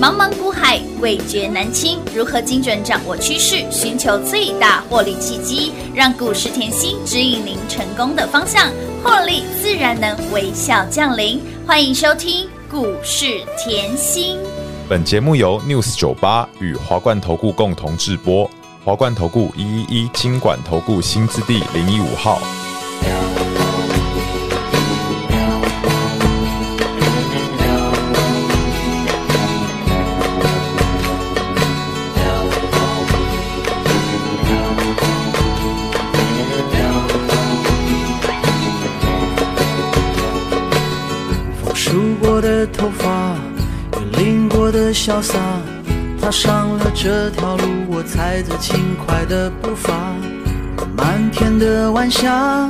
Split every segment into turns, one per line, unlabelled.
茫茫股海，味觉难清。如何精准掌握趋势，寻求最大获利契机，让股市甜心指引您成功的方向，获利自然能微笑降临。欢迎收听股市甜心。
本节目由 News 九八与华冠投顾共同制播，华冠投顾一一一金管投顾新字第零一五号。
风梳过的头发，雨淋过的潇洒，踏上了这条路，我踩着轻快的步伐。漫天的晚霞，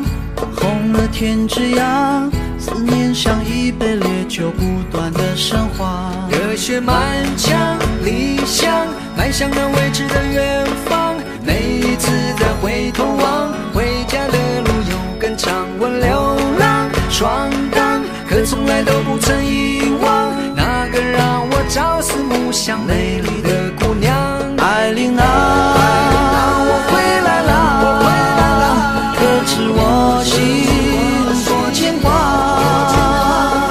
红了天之涯，思念像一杯烈酒，不断的升华。热血满腔理想，迈向那未知的远方。每一次再回头望，回家的路有更长，我流浪闯荡，可从来都不曾遗忘那个让我朝思暮想美丽的姑娘，艾琳娜。我回来啦，我回来啦，可知我心多牵挂。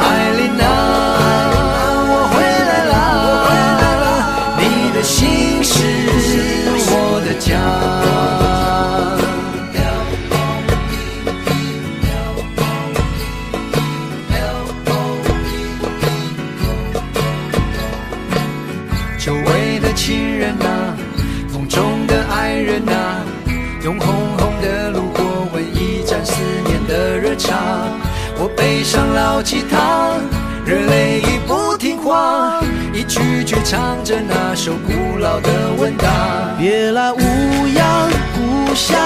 艾琳娜，我回来啦，我回来啦，你的心是我的家。久违的亲人啊，梦中的爱人啊，用红红的路过温一盏思念的热茶。我背上老吉他，热泪已不听话，一句句唱着那首古老的问答。别来无恙故乡，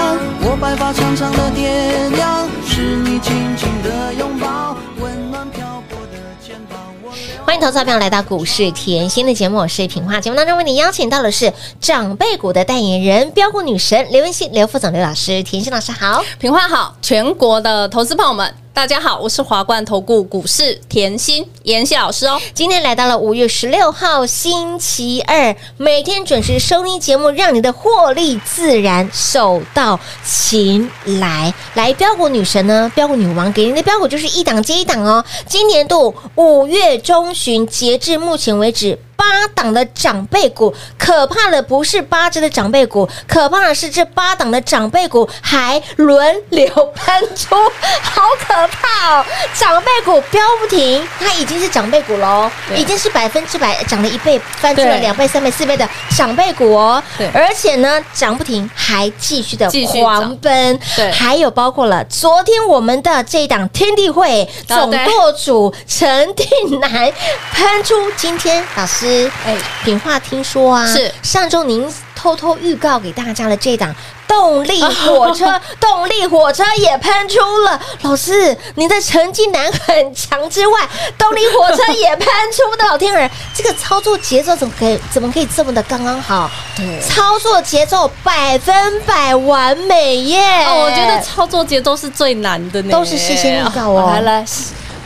我白发长长的爹娘，是你紧紧的拥抱，温暖漂泊的肩膀。我流
欢迎投资者朋友来到股市甜心的节目，我是品化。节目当中为你邀请到的是长辈股的代言人标股女神刘文熙、刘副总、刘老师，甜心老师好。
平花好，全国的投资朋友们，大家好，我是华冠投顾股市甜心妍希老师哦。
今天来到了五月十六号星期二，每天准时收听节目，让你的获利自然手到擒来。来，标股女神呢，标股女王给您的标股就是一档接一档哦。今年度五月中旬截至目前为止。八档的长辈股，可怕的不是八只的长辈股，可怕的是这八档的长辈股还轮流喷出，好可怕哦！长辈股飙不停，它已经是长辈股喽，
对
已经是百分之百涨了一倍，翻出了
对
两倍、三倍、四倍的长辈股哦
对。
而且呢，涨不停，还继续的
继续涨
狂奔。
对
还有包括了昨天我们的这一档天地会
哦
总
对
舵主陈定南喷出，今天老师呃
哎
品话听说啊，
是
上周您偷偷预告给大家的这档动力火 车，动力火车也喷出了。老师，您的成绩难很强之外，动力火车也喷出的。老天儿，这个操作节奏怎么可以怎么可以这么的刚刚好？
对
操作节奏百分百完美耶！
哦，我觉得操作节奏是最难的呢，
都是事先预告哦
来来，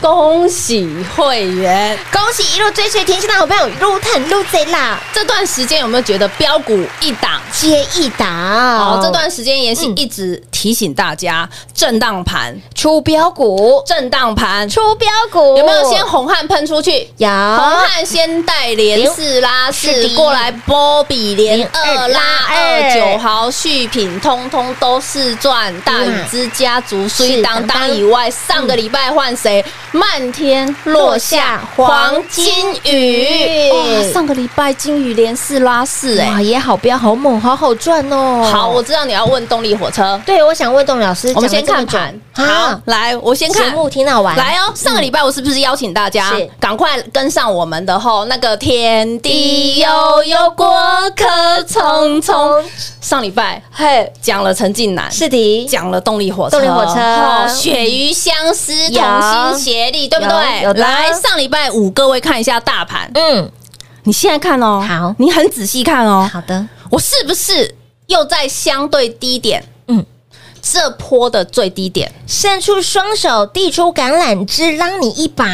恭喜会员！
恭喜一路追随甜心的好朋友，撸探撸贼啦，
这段时间有没有觉得标股一档？
接一档。
哦
好，
这段时间妍希
嗯
一直提醒大家，震荡盘，
出标股，
震荡盘，
出标股
有没有先红汉喷出去？
有
红汉先带连四拉
是
四
的
哎过来，波比连二拉
连
哎二
二
九豪续品，通通都是赚。大禹之家族
是
虽当
当
当嗯
当
以外，上个礼拜换谁？漫天落下黄金
雨
雨，哇，上个礼拜金鱼连四拉四，
哇，
哎，
也好标好猛，好好赚哦。
好，我知道你要问动力火车，
对我想问董老师，
我们先
讲了
看
这么
盘。
久
好
啊，，
来，我先
节
看
目听到完，
来哦，上个礼拜我是不是邀请大家
是
赶快跟上我们的吼那个天地悠悠，过客匆匆。上礼拜嘿讲了陈近南，
是的，
讲了动力火车，
动力火车
吼血鱼相思，
有
同心协力，对不
有有的
对？来，上礼拜五各位看一下大盘，
嗯，
你现在看哦，
好
你很仔细看哦，
好的，
我是不是又在相对低点？
嗯
嗯，这波的最低点。
伸出双手，递出橄榄枝，拉你一把。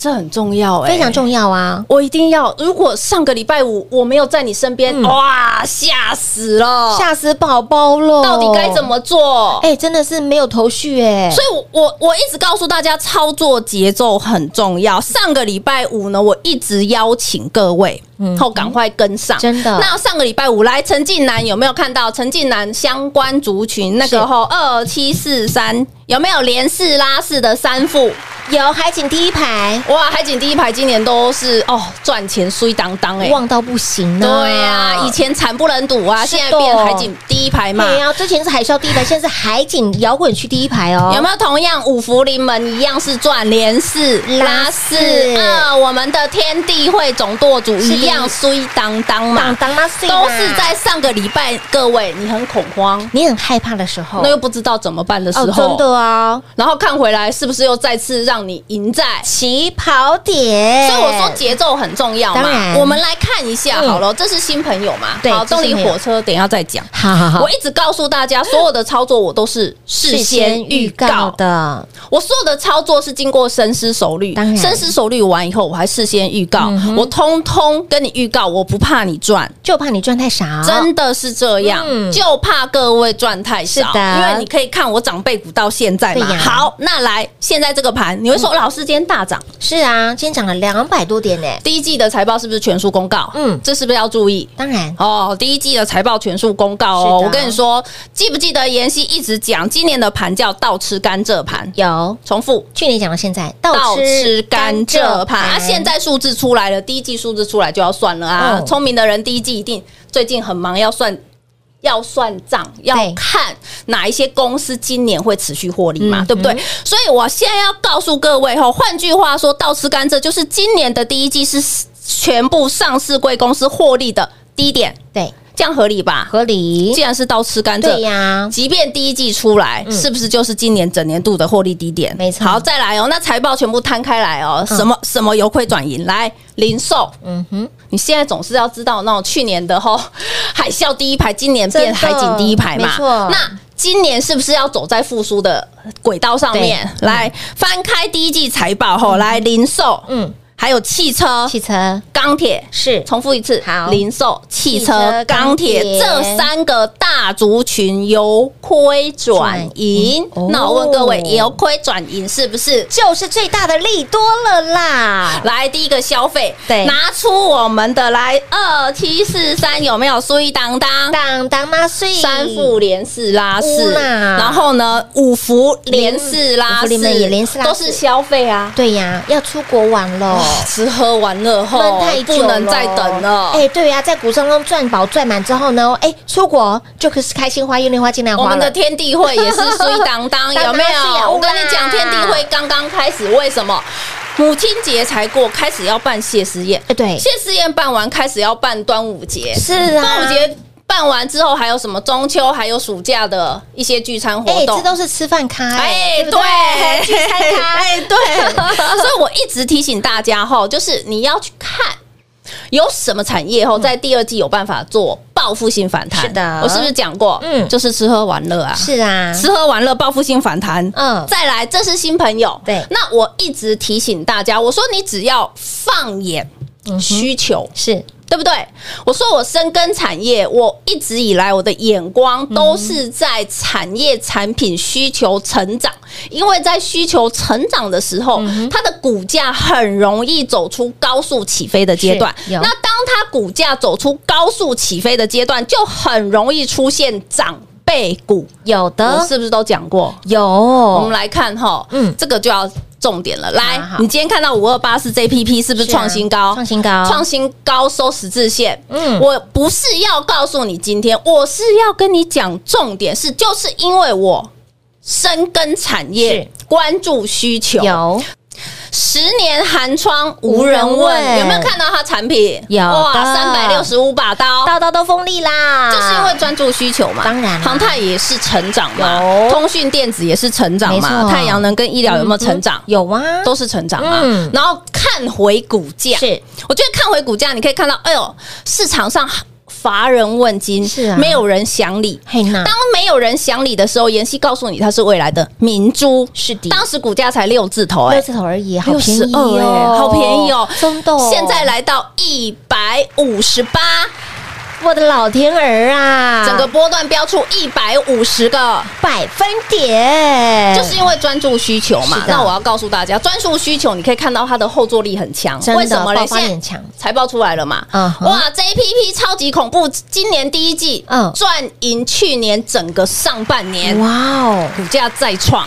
这很重要哎、
非常重要啊！
我一定要。如果上个礼拜五我没有在你身边，
嗯
哇，吓死了！
吓死宝宝了，
哦到底该怎？么做？
哎、真的是没有头绪哎、
所以我，我我一直告诉大家，操作节奏很重要。上个礼拜五呢，我一直邀请各位，
嗯
后赶快跟上。
真的
那上个礼拜五来，陈近南有没有看到陈近南相关族群那
是
个吼二七四三有没有连四拉四的三副？
有海景第一排，
哇，海景第一排今年都是哦赚钱衰当当哎。
旺到不行啊呢、
对呀、以前惨不忍睹啊，
是
现
的
在变海景第一排嘛。
对啊呀、之前是海啸第一排，现在是海景摇滚区第一排哦。
有没有同样五福临门一样是赚连四
拉
拉
四
四二？我们的天地会总舵主
是的
一样衰当当嘛
当，当啦碎啦
都是在上个礼拜，各位你很恐慌，
你很害怕的时候，
那又不知道怎么办的时
哦，
候
真，的啊，
然后看回来是不是又再次让你赢在？
起跑点。
所以我说节奏很重要
当
嘛
然，嗯
我们来看一下好了，这是新朋友嘛？
对
好，
这是
动力
新朋友
火车等一下再讲。
好好好
我，一直告诉大家，所有的操作我都是事先预告的。
的，
我所有的操作是经过深思熟虑
当然，
深思熟虑完以后，我还事先预告
嗯哼，
我通通跟你预告，我不怕你赚，
就怕你赚太少。
真的是这样
啊嗯，
就怕各位赚太少。
是的
因为你可以看我长辈股到现在嘛
对。呀嗯
好，那来现在这个盘，你会说老师今天大涨，
是啊，今天涨了两百多点呢。
第一季的财报是不是全数公告？
嗯
嗯，这是不是要注意？
当然，
哦，第一季的财报全数公告哦
是。的
我跟你说，记不记得妍希一直讲，今年的盘叫倒吃甘蔗盘？
有
重复，
去年讲到现在，
倒吃甘蔗盘啊！现
在
在数字出来了，第一季数字出来就要算了啊
嗯！
聪、明的人第一季一定最近很忙，要算要算账，要看哪一些公司今年会持续获利嘛，
嗯
对不对？所以我现在要告诉各位吼，换句话说，倒吃甘蔗就是今年的第一季是全部上市贵公司获利的低点，
对
这样合理吧？
合理
既，然是倒吃甘蔗，
对呀，嗯
即便第一季出来，是不是就是今年整年度的获利低点？
没错
好，再来哦，那财报全部摊开来哦，什么什么由亏转盈，来零售，
嗯哼，
你现在总是要知道那种去年的吼 海啸第一排，今年变
真
海
的
景第一排嘛
没错，
那。今年是不是要走在复苏的轨道上面？来翻开第一季财报吼，来零售，
嗯
嗯，还有汽车、
汽车
钢铁，
是
重复一次，
好
零售、汽
汽车
车、钢铁
钢铁
这三个大族群由亏转盈
转盈哦。
那我问各位，由亏转盈是不是？
就是最大的利多了啦，
来，第一个消费，
对
拿出我们的来，二七四三有没有？苏一当当。
当当妈碎
三副连四拉
乌
四，
啦
然后呢，五福连四
五
拉
福
四
临门也连四拉四
都是消费啊。哦
对呀，要出国玩喽。
吃喝玩乐后
闷太久
不
了
能再等了。
哎、对呀、在股市中赚饱赚满之后呢，哎、出国就可是开心花、月亮花、金兰
我
花
们的
了。
天地会也是水当当，有没
当然是有啦
有？我跟你讲，天地会刚刚开始，为什么？母亲节才过，开始要办谢师宴，
哎，对，
谢师宴办完，开始要办端午节，
是
端
啊
午，节办完之后，还有什么中秋，还有暑假的一些聚餐
哎、
活动
这。都是吃饭咖、
哎，
不
对，
聚餐咖，
哎， 对，所以我一直提醒大家哈，就是你要去看有什么产业后在第二季有办法做报复性反
嗯
弹。
是的
我是不是讲过？
嗯
嗯，就是吃喝玩乐啊，
是啊，
吃喝玩乐报复性反弹。
嗯
再来，这是新朋友。
对
那我一直提醒大家，我说你只要放眼
嗯
需求，
是
对不对？我说我深耕产业，我一直以来我的眼光都是在产业产品需求成长，因为在需求成长的时
嗯
候，它的股价很容易走出高速起飞的阶段。
是有
那当它股价走出高速起飞的阶段，就很容易出现长辈股。
有
我
的，
是不是都讲过？
有。
我
我
们来看哈，
啊嗯
嗯，这个就要重点了。来
好好，啊
你今天看到五二八是 JPP 是不是创新高？
创新高，
创新高收十字线。
嗯
嗯，我不是要告诉你今天，我是要跟你讲重点是，就是因为我深耕产业，关注需求，
有
十年寒窗无
无
人
人
问，
问
有没有看到它产品？
有
哇，
的
三百六十五把刀。
刀刀都锋利啦，
就是因为专注需求嘛，
当然啦啊
航太也是成长嘛
有，
通讯电子也是成长
没错
嘛，太阳能跟医疗有没有成长？
有啊，
都是成长啊。
嗯
然后看回股价，
是
我觉得看回股价，你可以看到，哎呦，市场上。乏人问津，
是啊嗯
没有人想理。
嘿娜
当，没有人想理的时候，妍希告诉你它是未来的明珠，
是的
当时股价才六字头、
六
哎，
字头而已，好
六
便
十
宜
二
哦，
好便宜哦，
真的哦、
现在来到一百五十八，
我的老天儿啊，
整个波段标出一百五十个，
百分点
就是因为专注需求嘛
哎是。的
那我要告诉大家，专注需求你可以看到它的后坐力很强，
真的
为什么嘞？
爆发力
现在
很强
财报出来了嘛
嗯哼
哇，JPP 超级恐怖，今年第一季
嗯
赚赢去年整个上半年，
哇哦，
股价再创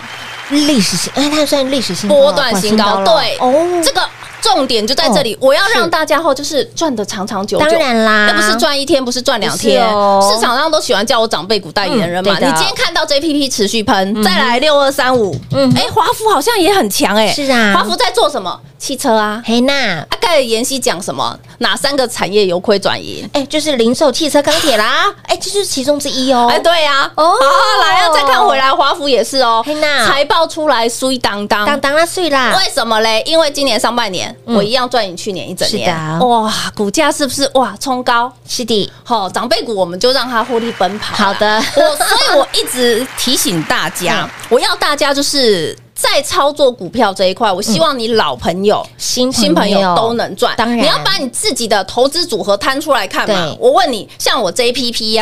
历史新，哎，它算历史新高
波段新高，
了
对，
哦，
这个重点就在这里
哦，
我要
是
让大家后就是赚的长长久久，
当然啦，
那不是赚一天，不是赚两天。
不是哦
市场上都喜欢叫我长辈股代言人嘛。
嗯对的
你今天看到 JPP 持续喷，再来六二三五，
嗯
哎，华孚好像也很强哎。
是啊
华孚在做什么？汽车啊。
嘿娜，
阿盖妍希讲什么？哪三个产业由亏转盈？
哎，就是零售、汽车、钢铁啦，哎，这就是其中之一哦，
哎，对呀，
哦
哦，来啊，再看回来，华孚也是哦
嘿呐，
财报出来，衰当当，
当当啦，碎啦，
为什么嘞？因为今年上半年、我一样赚赢去年一整年，
是的
哇，股价是不是哇冲高？
是的，
好、长辈股我们就让它获利奔跑。
好的
我所以我一直提醒大 家，我要大家就是在操作股票这一块，我希望你老朋友、
新
新朋友都能赚。
当然
你要把你自己的投资组合摊出来看嘛
对。
我问你，像我JPP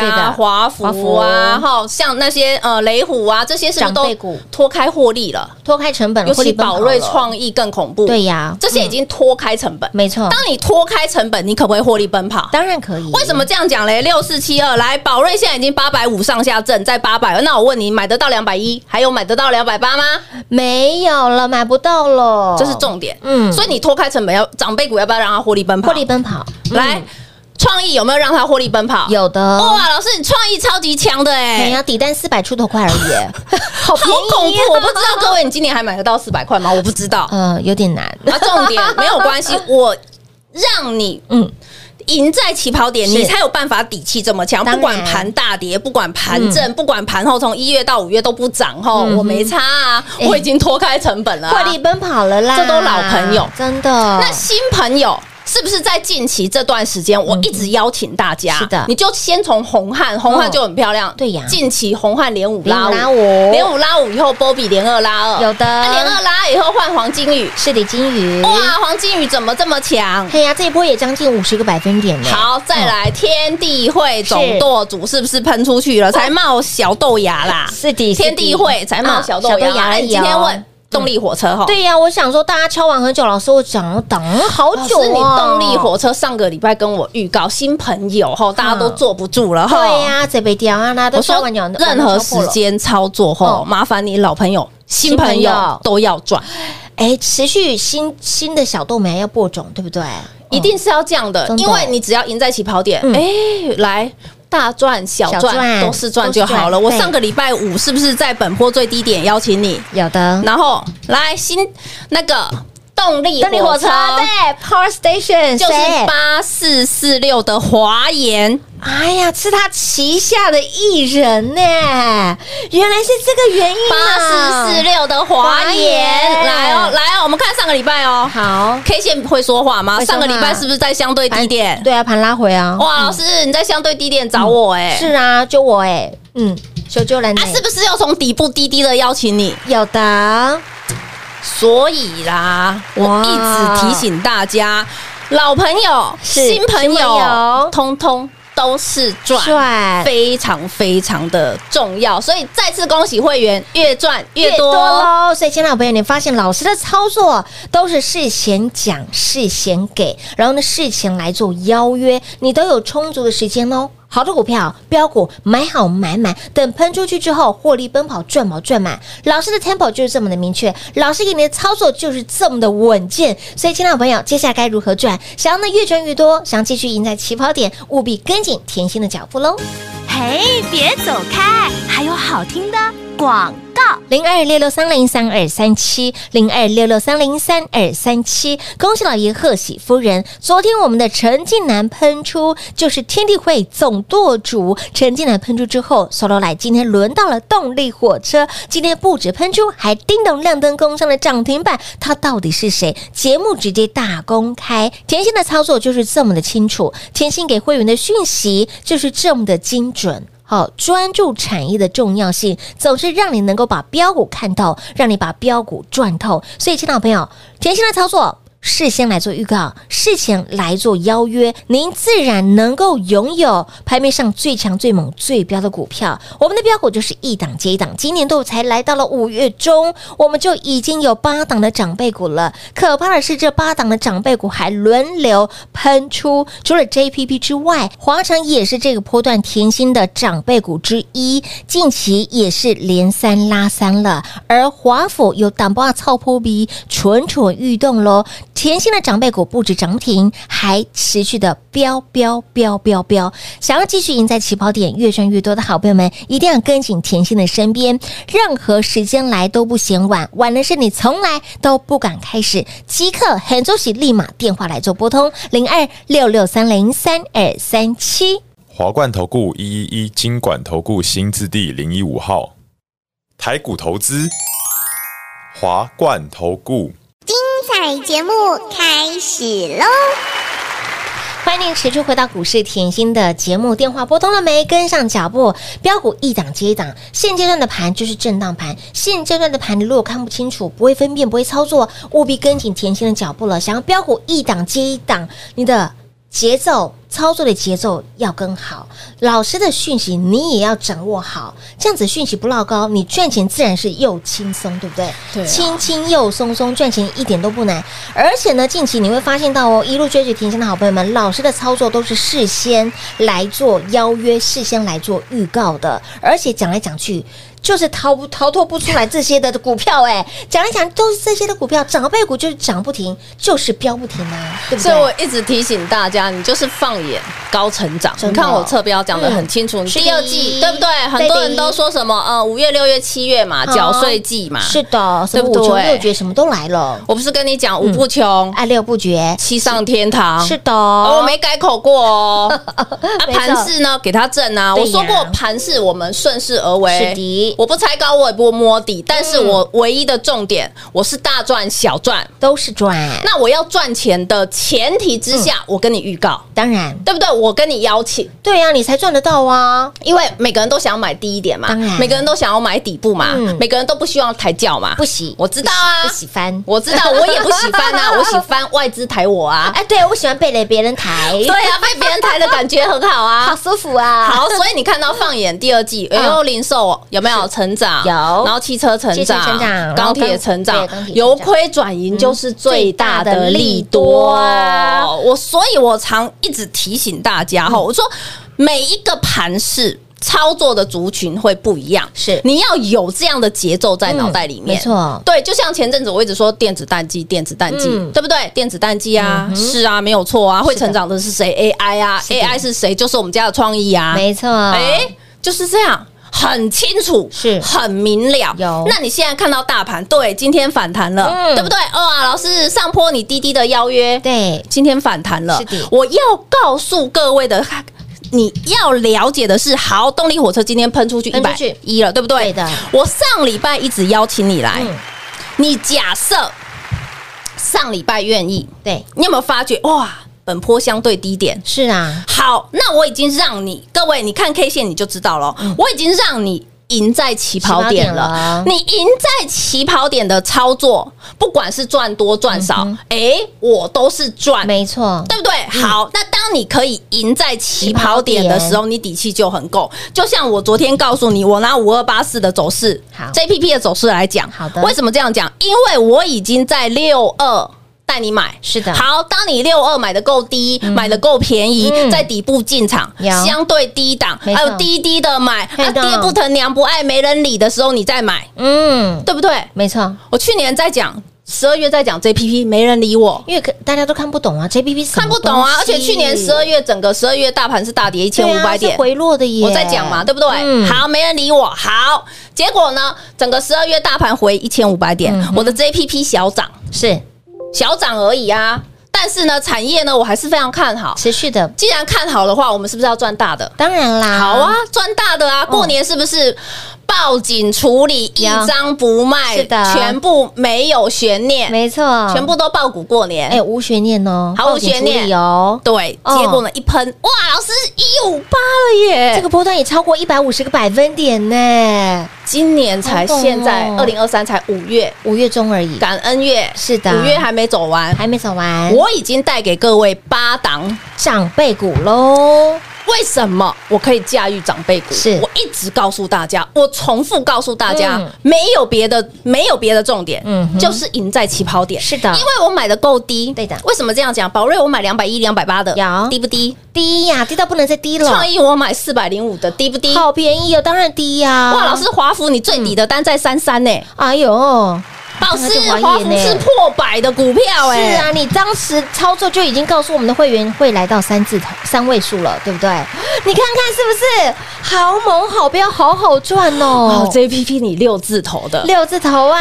对 的
啊、华
华
孚
孚
啊，哈，像那些呃雷虎啊，这些是不是
长
都
辈股
脱开获利了？
脱开成本，
尤
获利
其
奔跑
宝瑞
了
创意更恐怖，
对呀
这些已经脱开成本。
没错，
当你脱开成本，你可不可以获利奔跑？
当然可以，
为什么这样讲嘞？六四七二来，宝瑞现在已经八百五上下震，在八百。那我问你，买得到两百一，还有买得到两百八吗？
没有了，买不到了，
这是重点。
哦嗯
所以你脱开成本要长辈股，要不要让它获利奔跑？
获利奔跑，
来，创意有没有让它获利奔跑？。
嗯有的，
哇，老师，你创意超级强的哎、
哎呀，底单四百出头块而 已，好
好恐怖！我不知道各位，你今年还买得到四百块吗？我不知道。
呃，有点难，
啊，重点没有关系，我让你
嗯，
赢在起跑点，
是
你才有办法底气这么强。
当然嗯
不管盘大跌，不管盘正，不管盘后从一月到五月都不涨吼，
嗯哼
我没差啊，
哎
我已经脱开成本了啊。
获利奔跑了啦，
这都老朋友
真的，
那新朋友。是不是在近期这段时间，我一直邀请大家？
是的嗯
你就先从红汉，红汉就很漂亮。
对呀
近期红汉连五拉五，
连五拉五
连五拉五以后，波比连二拉二，
有的
啊连二拉二以后换黄金雨，
是嗯的，金鱼，
哇，黄金雨怎么这么强？
嘿呀，这一波也将近五十个百分点呢，
好，再来天地会总舵主是不是喷出去了，才冒小豆芽啦？
哦是的，是的
天地会才冒小豆
啊
芽啦。
而已
哎
哦
你今天问动力火车哈？
对呀，我想说大家敲完很久，老师我讲了等好
老师，
久啊，
哦你动力火车上个礼拜跟我预告新朋友后，大家都坐不住了哈。
嗯对呀，这被掉啊，那都
我
敲
说
完鸟，
任何时
间。
间操作
哦
后，麻烦你老朋友、新朋
新朋友
友都要赚，
哎，持续新新的小豆苗要播种，对不对？
一定是要这样的
真，的
因为你只要赢在起跑点
嗯，
哎，来。大赚小
小赚
赚都是赚就好了。
都是
我
赚嗯
上个礼拜五是不是在本波最低点邀请你？
有的。
然后来新那个动力
动力火车对，Power Station
就是
谁
八四四六的华研，
哎呀，是他旗下的艺人呢，原来是这个原因
八
啊！
四四六的华
华
研，
研
来哦来哦，我们看上个礼拜哦
好，
，K 线会说话吗？
会说
上
话
个礼拜是不是在相对低点？
对啊，盘拉回啊，
哇，老师你在相对低点找我哎，
是啊，就我哎，嗯，九九人呢
啊，是不是又从底部低低的邀请你？
有的，
所以啦，
哇
我一直提醒大家，老朋友、
是
新朋
新朋友
友，通通都是赚，
赚
非常非常的重要。所以再次恭喜会员，越赚越多。
喽。所以，亲爱的朋友，你发现老师的操作都是事前讲、事前给，然后呢，事前来做邀约，你都有充足的时间哦。好的股票、标股买好买满，等喷出去之后，获利奔跑赚饱赚满。老师的 tempo 就是这么的明确，老师给你的操作就是这么的稳健。所以，亲爱的朋友，接下来该如何赚？想要呢越赚越多，想继续赢在起跑点，务必跟紧甜心的脚步喽。
嘿，别走开，还有好听的广告。
零二六六三零三二三七零二六六三零三二三七。恭喜老爷，贺喜夫人！昨天我们的陈近南喷出，就是天地会总舵主陈近南喷出之后，索罗来今天轮到了动力火车，今天不止喷出，还叮咚亮灯攻上了涨停板。他到底是谁？节目直接大公开，甜心的操作就是这么的清楚，甜心给会员的讯息就是这么的精准。好，专注产业的重要性，总是让你能够把标股看透，让你把标股赚透。所以，亲爱的朋友，甜心的操作。事先来做预告，事前来做邀约，您自然能够拥有排面上最强、最猛、最标的股票。我们的标股就是一档接一档，今年度才来到了五月中，我们就已经有八档的长辈股了。可怕的是，这八档的长辈股还轮流喷出，除了 JPP 之外，华城也是这个波段甜心的长辈股之一，近期也是连三拉三了。而华府有挡不啊操扑鼻，蠢蠢欲动喽。甜心的长辈股不止涨停，还持续的飙飙飙飙飙。想要继续赢在起跑点，越赚越多的好朋友们，一定要跟紧甜心的身边，任何时间来都不嫌晚，晚的是你从来都不敢开始。即刻很周喜，立马电话来做拨通零二六六三零三二三七。
华冠投顾一一一金管投顾新字第零一五号，台股投资，华冠投顾。
彩节目开始喽！
欢迎您持续回到股市甜心的节目，电话拨通了没？跟上脚步，标股一档接一档。现阶段的盘就是震荡盘，现阶段的盘你如果看不清楚、不会分辨、不会操作，务必跟紧甜心的脚步了。想要标股一档接一档，你的节奏。操作的节奏要跟好，老师的讯息你也要掌握好，这样子讯息不落高，你赚钱自然是又轻松，对不对？
对啊
轻轻又松松，赚钱一点都不难。而且呢，近期你会发现到哦，一路追随甜心的好朋友们，老师的操作都是事先来做邀约，事先来做预告的，而且讲来讲去。就是逃不逃脱不出来这些的股票、哎，讲来讲都是这些的股票，涨倍股就是涨不停，就是飙不停啊，对不
所
对？
以我一直提醒大家，你就是放眼高成长。
真
你
的
看我侧标讲的很清楚，
嗯
你
是
第二
第
季
一
对不对？很多人
对
都说什么呃五月、六月、七月嘛，
嗯
缴税季嘛。
是，的，什
对
么
不
五穷
对
六绝什么都来了，
我不是跟你讲五不穷，
爱六不绝，
七上天堂。
哎是的，
哦，我没改口过 哦。啊，
没错
盘势呢，给它正啊。
对
我
呀
说过，盘势我们顺势而
是
为。
的，嗯
我不猜高，我也不摸底，但是我唯一的重点，我是大赚小赚。
都是赚，
那我要赚钱的前提之
嗯
下，我跟你预告，
当然，
对不对？我跟你邀请，
对呀、你才赚得到啊，
因为每个人都想买低一点嘛
当然，
每个人都想要买底部嘛
嗯，
每个人都不希望抬轿嘛。
不喜，
我知道啊
不喜不喜翻，
我知道，我也不喜欢啊，我喜欢外资抬我 啊。
哎，对我喜欢被雷别人抬，
对啊， 被别人抬的感觉很好啊，
好舒服啊，，
好，所以你看到放眼第二季，哎呦，零售有没有成长？
嗯有
然后汽车成
汽车
长，
成长
钢铁成
然后钢对
长
钢铁成，长
由亏转盈就是最大的利
嗯最大
多啊
的利多嗯
我所以，我常一直提醒大家哈，我说每一个盘势。操作的族群会不一样，
是
你要有这样的节奏在脑袋里面，
嗯没错
对，就像前阵子我一直说电子淡季，电子淡季，
嗯
对不对？电子淡季啊，是啊，没有错啊，会
是的
成长的是谁？AI 啊
是的
，AI 是谁？就是我们家的创意啊，
没错，
哎、就是这样，很清楚，
是
很明了。
有
那你现在看到大盘，对，今天反弹了，
嗯
对不对？哦啊，老师上坡你滴滴的邀约，，
对，
今天反弹了。
是的
我要告诉各位的。你要了解的是，好，动力火车今天喷出去一
喷出
百
去
一了，对不对？
对的
我上礼拜一直邀请你来，
嗯，
你假设上礼拜愿意，
对，
你有没有发觉哇？本坡相对低点，
是啊，
好，那我已经让你各位，你看 K 线你就知道了，我已经让你。赢在起跑点
起
了，
嗯跑点了
你赢在起跑点的操作，不管是赚多赚少，
嗯
诶，我都是赚，
没错，
对不对？好，
嗯
那当你可以赢在起跑点的时候，你底气就很够。就像我昨天告诉你，我拿五二八四的走势
好
，JPP 的走势来讲，
好的
为什么这样讲？因为我已经在六二。带你买
是的
好，当你六二买的够低，买的够便宜，
嗯
在底部进场，
有
相对低档，
没错
还有低低的买，
对
啊，
的
爹不疼娘不爱，没人理的时候你再买，
嗯，
对不对？
没错，
我去年在讲十二月在讲 JPP，没人理我。
因为可大家都看不懂啊，JPP 是什么
看不懂啊！而且去年十二
月
月整个十二月大盘是大跌一千五百点，
啊回落的耶，
我在讲嘛，对不对？
嗯
好，没人理我。好，结果呢，整个十二月大盘回一千五百
嗯
点，我的 JPP 小涨，
是
小涨而已啊。但是呢，产业呢，我还是非常看好。
持续的，
既然看好的话，我们是不是要赚大的？
当然啦，
好啊，，赚大的啊！过年是不是报警处理，一
哦呀
张不卖，
是的
全部没有悬念，
没错，
全部都报股过年。
哎无悬念哦，
毫无悬念
报警处理哦，
对，
哦
结果呢一喷，哇，老师一五八了耶！
这个波段也超过一百五十个百分点呢，
今年才
好猛哦
现在二零二三才五月，
五月中而已，
感恩月
是的哎
五月还没走完，
还没走完，
我已经带给各位八档。
长辈股喽，
为什么我可以驾驭长辈股？
是
我一直告诉大家，我重复告诉大家，
嗯
没有别的，没有别的重点，
嗯哼
就是赢在起跑点。
是的
因为我买的够低。
对的
为什么这样讲？宝瑞我买两百一、两百八的，
有
低不低？
低呀，低到不能再低了
创，意我买四百零五的，低不低？
好便宜哦，当然低呀，
哇，老师，华孚你最底的单在三三呢，
哎呦，
老师
这个就
华
怀疑
孚
呢
是破百的股票
是
哎，
啊，你当时操作就已经告诉我们的会员会来到三字头、三位数了，对不对？你看看是不是好猛好标，好好赚哦
哦！，JPP 你六字头的。
六字头啊，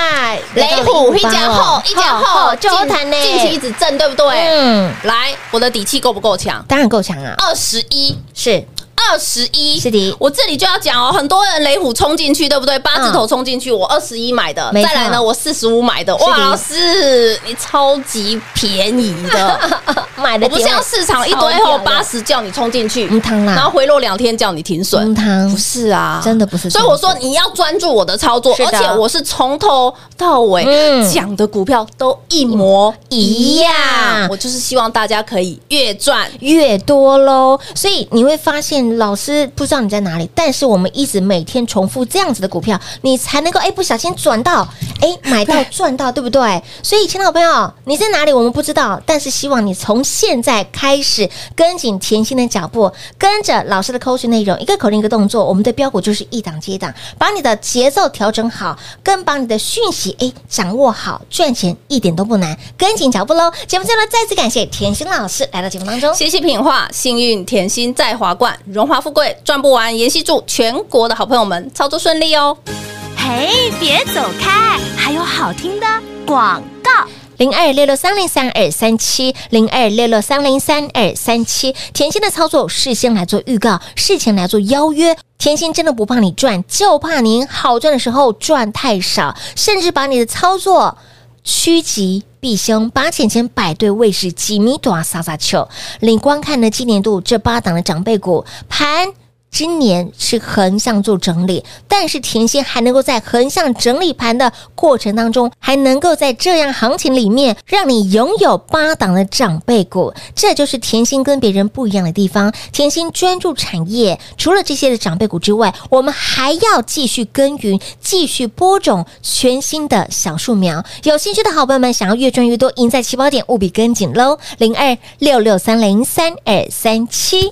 雷虎一家后，一家后，
就谈呢，
近期一直震，对不对？
嗯，
来，我的底气够不够强？
当然够强啊，
二十一，
是
二十一，
是的
我这里就要讲哦，很多人雷虎冲进去，对不对？八字头冲进去，我二十一买的，
没错
再来呢，我四十五买的，
是的
哇，老师你超级便宜哦的，
买的
我不像市场一堆后八十叫你冲进去，
嗯汤啦
然后回落两天叫你停损
红，糖
不，是啊，
嗯真的不是这
所
样
以我说你要专注我的操作，
是
而
的
且我是从头到尾
嗯
讲的股票都一模
一
一样
样，
我就是希望大家可以越赚。
越多喽，所以你会发现老师不知道你在哪里，但是我们一直每天重复这样子的股票，你才能够哎不小心转到哎买到赚到，对不对？所以，亲爱的朋友，你在哪里我们不知道，但是希望你从现在开始跟紧甜心的脚步，跟着老师的口 o 内容，一个口令一个动作，我们的标股就是一档接一档，把你的节奏调整好，跟把你的讯息哎掌握好，赚钱一点都不难，跟紧脚步喽。节目最后呢再次感谢甜心老师来到节目当中。
谢谢品画，幸运甜心在华冠，荣华富贵赚不完。妍希祝全国的好朋友们操作顺利哦。
嘿，别走开，还有好听的广告。
零二六六三零三二三七，零二六六三零三二三七。甜心的操作，事先来做预告，事前来做邀约。甜心真的不怕你赚，就怕您好赚的时候赚太少，甚至把你的操作趋吉避凶，把钱钱摆对位置，几米短撒撒球。领观看呢，今年度这八档的长辈股盘。今年是横向做整理，但是甜心还能够在横向整理盘的过程当中，还能够在这样行情里面，让你拥有八档的长辈股，这就是甜心跟别人不一样的地方。甜心专注产业，除了这些的长辈股之外，我们还要继续耕耘，继续播种全新的小树苗。有兴趣的好朋友们，想要越赚越多，赢在起跑点，务必跟紧喽！零二六六三零三二三七。